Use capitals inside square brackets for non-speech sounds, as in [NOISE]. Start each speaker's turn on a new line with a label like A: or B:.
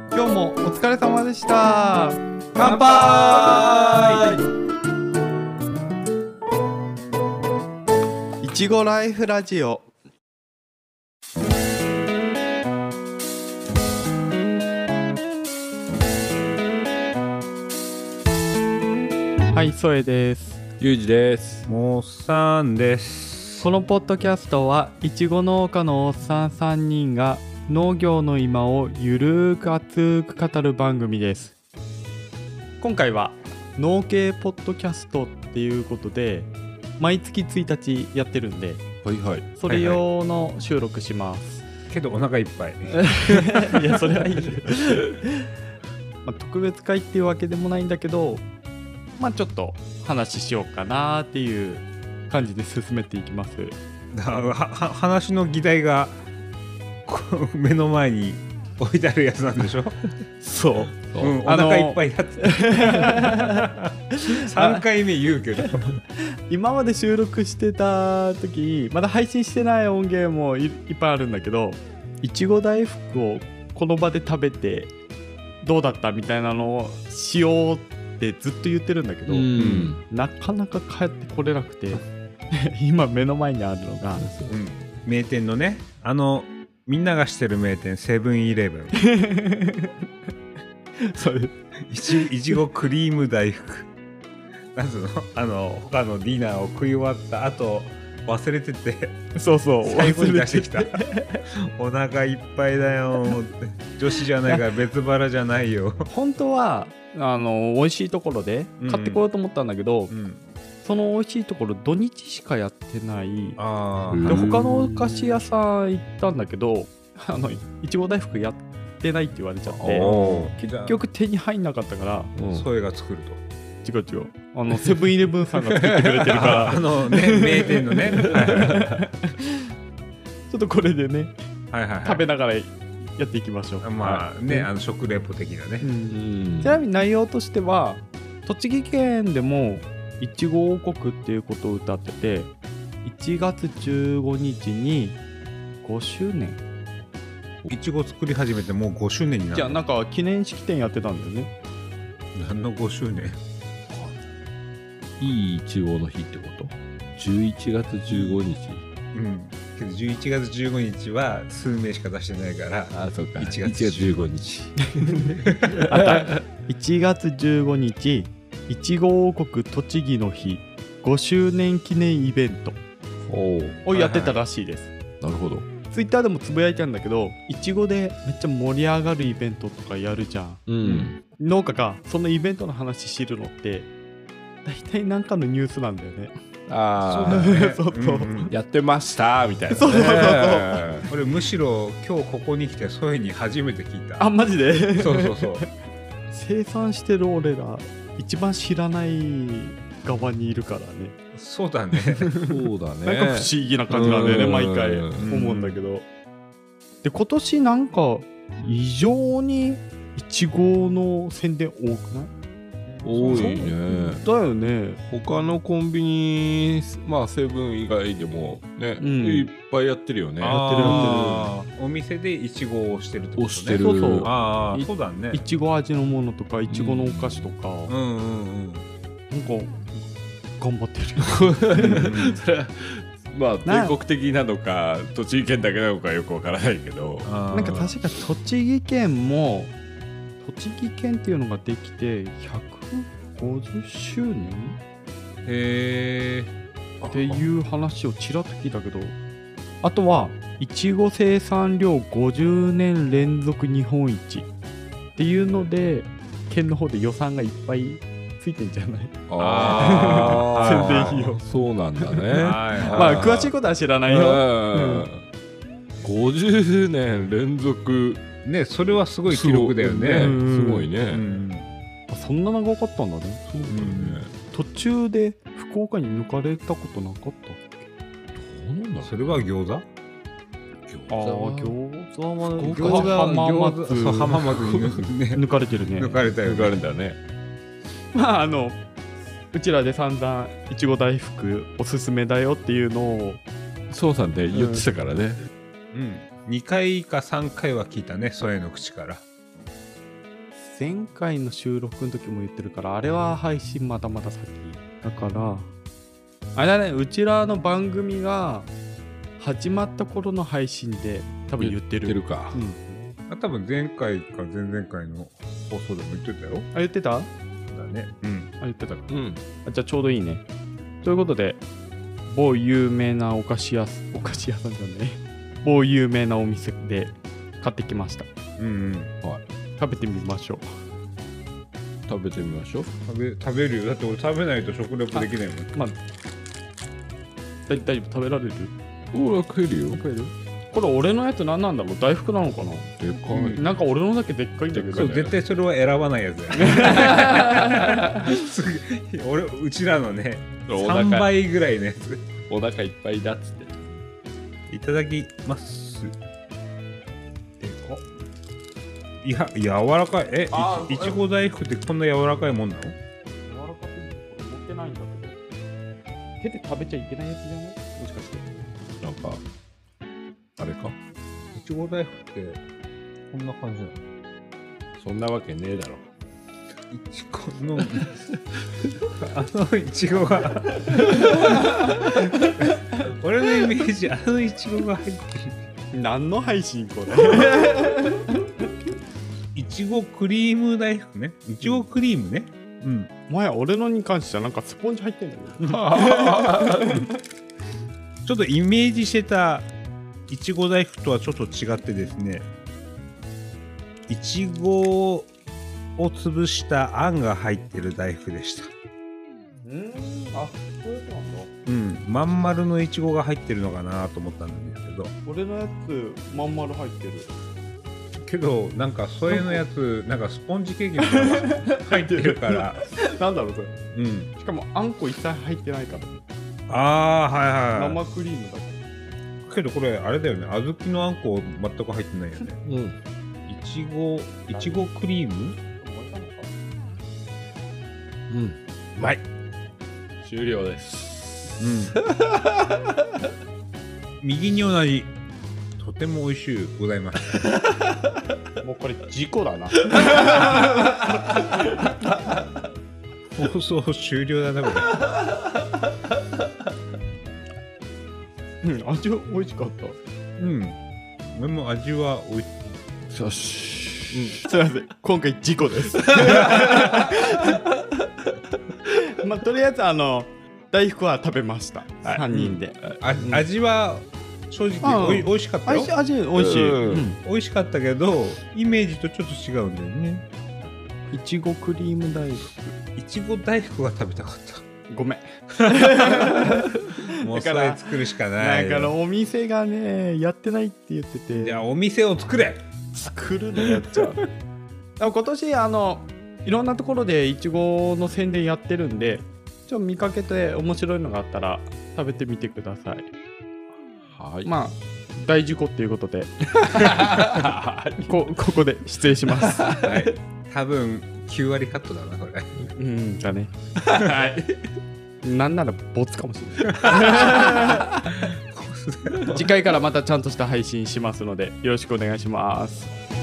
A: お疲れ様でした乾
B: 杯
A: いちごライフラジオはい、ソエです
B: ゆうじです。
C: もうさんです。
A: このポッドキャストはいちご農家のおっさん3人が農業の今をゆるーく熱く語る番組です今回は農系ポッドキャストっていうことで毎月1日やってるんで
B: はいはい。
A: それ用の収録します、
C: けどお腹いっぱい。
A: [LAUGHS] いやそれはいいよまあ特別会っていうわけでもないんだけどまあちょっと話ししようかなっていう感じで進めていきます
C: だはは話の議題がこう目の前に置いてあるやつなんでしょ。
A: そう
C: うん、お
A: あの
C: 腹いっぱいだって。
A: [LAUGHS]
C: 三回目言うけど。
A: 今まで収録してた時にまだ配信してない音源もいいっぱいあるんだけどいちご大福をこの場で食べてどうだったみたいなのをしようってずっと言ってるんだけど、
B: うん。
A: なかなか帰ってこれなくて [LAUGHS] 今目の前にあるの [LAUGHS] が
C: うん、名店のね、あのみんながしてる名店セブンイレ
A: [LAUGHS]
C: ブン。
A: それ
C: いちいちごクリーム大福。なんつうのあの他のディナーを食い終わった後忘れてて。
A: [LAUGHS] そうそう
C: 最後に出してき
A: 忘
C: た
A: れて
C: [LAUGHS] お腹いっぱいだよって女子じゃないから別腹じゃないよ、
A: 本当はあの美味しいところで買ってこようと思ったんだけど、
C: うん、
A: その美味しいところ土日しかやってない
C: あ
B: う
A: で
B: ん
A: 他のお菓子屋さん行ったんだけどあのいちご大福やってないって言われちゃって
B: お
C: 結
A: 結局手に入んなかったから
C: それが作ると
A: 違う違うあのセブンイレブンさんが作ってくれてるから
C: あ
A: [LAUGHS]
C: [LAUGHS] あのね名店のね [LAUGHS] はい
A: ちょっとこれでね
C: はいはい
A: 食べながらやっていきましょう、
C: まあねあの食レポ的なね
A: う、
B: うんん
A: ちなみに内容としては栃木県でもいちご王国っていうことを歌ってて1月15日に5周年
C: いちご作り始めてもう5周年にな
A: じゃあ
C: る
A: なんか記念式典やってたんだよね
C: 何の5周年
B: いいイチゴの日ってこと11月15日
C: うんけど11月15日は数名しか出してないから
B: あそうか
C: 1
B: 1
C: 月
B: 月15日
A: あった1月15日いちご王国栃木の日5周年記念イベント
B: おお
A: をやってたらしいです、
B: なるほど
A: ツイッターでもつぶやいたんだけどいちごでめっちゃ盛り上がるイベントとかやるじゃん
B: うん
A: 農家がそのイベントの話知るのって大体何かのニュースなんだよね
C: [LAUGHS]
B: あ
A: そう
B: あ
C: ね
A: そうそうん
C: ん
B: やってましたみたいな
A: そうそうそうそう
B: ね
C: 俺むしろ今日ここに来てそういうふうに初めて聞いた
A: あマジで
C: そうそうそう
A: 生産してる俺ら一番知らない側にいるからね
C: そうだね。
B: そうだね
A: なんか不思議な感じなんだよね、
B: うん
A: 毎回
B: うん
A: 思うんだけど。で、今年なんか、異常にいちごの宣伝多くない
B: 多いね
A: だよね。
B: 他のコンビニまあセブン以外でもね
A: うん
B: いっぱいやってるよね
C: あーお店でイチゴをしてるってことね。
B: 押してる
A: そうそう
C: ああ、
A: い
C: そうだね
A: い。ちご味のものとか、いちごのお菓子とか、
C: う
A: なんか、
C: んうん
A: 頑張って
C: うん。
B: それはまあ
A: な
B: 全国的なのか栃木県だけなのかよくわからないけど
A: る。
C: あー
A: なんか確か栃木県も、栃木県っていうのができて、150周年
C: へ
A: っていう話をちらっと聞いたけどあとはいちご生産量50年連続日本一っていうので県の方で予算がいっぱいついてんじゃない
B: あー
A: 宣伝費用
B: そうなんだ [LAUGHS]
C: え。
B: ね
C: はいはい。
A: ま
B: ま
A: あ
B: あ
A: 詳
B: 詳
A: し
B: し
A: い
B: い
A: ことは知らないよ
B: うん50年連続
C: ね、それはすごい記録だよね。
B: すごいね
C: う
B: すごいね
C: ん
A: そんな長かったんだね
B: そうだね
A: 途中で福岡に抜かれたことなかった
B: どうなんだろう
C: それは餃子
B: 餃
A: ああ
B: 子
A: 餃子は
B: 福
A: 餃
B: 岡
A: 子 [LAUGHS] は浜松
C: そう浜松にね
A: 抜かれてるね
C: [LAUGHS] 抜かれたよ
B: 抜か
C: ね。
B: れたね
A: [LAUGHS] まああのうちらで散々いちご大福おすすめだよっていうのを
B: そうさんで言ってたからね
C: うん。2回か3回は聞いたね、添えの口から。
A: 前回の収録の時も言ってるからあれは配信まだまだ先だからあれだねうちらの番組が始まった頃の配信で多分言ってる
B: 言ってるか
A: う。ん、
C: あ多分前回か前々回の放送でも言ってたよ。
A: あ言ってたあ
C: だね。うん。
A: 言ってたか
B: うん。
A: あじゃあちょうどいいねということで某有名なお菓子屋すお菓子屋さん [LAUGHS] じゃない某有名なお店で買ってきました
C: うんうん。
A: 食べてみましょう
B: 食べてみましょう。
C: 食べ食べるよ。だって俺食べないと食レポできないもん。
A: まあ大大丈夫食べられる
B: おお、食えるよ。
A: 食えるこれ俺のやつ何なんだろう大福なのかな
B: でかい。
A: なんか俺のだけでっかいんだけ
C: そ
A: ど
C: う絶対それは選ばないやつだよ
B: [LAUGHS]
C: ね。すげえ俺うちらのね
B: お
C: 3
B: 腹
C: 倍ぐらいのやつ。
B: お腹いっぱいだっつって。
C: いただきます。でかいや柔らかいえ
A: あー
C: いいちご大福ってこんな柔らかいもんなの
A: 柔らかくて持ってないんだけど手で食べちゃいけないやつじゃないもしかして
B: なんか、あれか。
C: いちご大福ってこんな感じなの
B: そんなわけねえだろ。
C: いちごの [LAUGHS] あのいちご [LAUGHS] が俺のイメージあのいちごが入って
A: 何の配信こ [LAUGHS] れ
C: るいちごクリーム大福ねいちごクリームねうん
A: もはや俺のに関してはなんかスポンジ入ってんだけど
C: ちょっとイメージしてたいちご大福とはちょっと違ってですねいちごを潰したあんが入ってる大福でした
A: うんあそういうことなんだ
C: うんまん丸のいちごが入ってるのかなと思ったんですけど
A: 俺のやつまん丸入ってる
C: けどなんか添えのやつなんかスポンジケーキみたいなのが入ってるから
A: なんだろうそれ
C: うん
A: しかもあんこ一切入ってないから
C: ああはいはい、
A: 生クリームだから
C: けどこれあれだよね小豆のあんこ全く入ってないよね
B: うん。
C: いちごいちごクリーム
B: うん。
C: うまい
B: 終了です。
C: うん、 [LAUGHS] 右に同じとても美味しゅうございます
A: もうこれ事故だな
C: 放送終了だなこれ
A: うん味は美味しかった
C: [LAUGHS] うん俺も味は美味し
B: よし。
A: すいません今回事故です [LAUGHS] まあとりあえずあの大福は食べました、
C: はい
A: 3人で、
C: あ味は正直おい
A: うん
C: 美味しかったよ
A: 味味美味しい、
B: うん
A: うん
C: 美味しかったけどイメージとちょっと違うんだよね
A: いちごクリーム大福
C: いちご大福が食べたか
A: [LAUGHS]
C: っ
A: ごめん
C: たもうそ
A: だから
C: れ作るしかな
A: だ
C: い
A: からお店がねやってないって言って
C: じ
A: て
C: ゃあお店を作れ
A: 作るのやっちゃうでも今年あのいろんなところでいちごの宣伝やってるんでちょっと見かけて面白いのがあったら食べてみてください
B: はい。
A: まあ大事故っていう [LAUGHS] ことでこここで失礼します。
C: はい多分9割カットだなこれ
A: うんだね。はい。なんならボツかもしれ [LAUGHS] ない。次回からまたちゃんとした配信しますのでよろしくお願いします。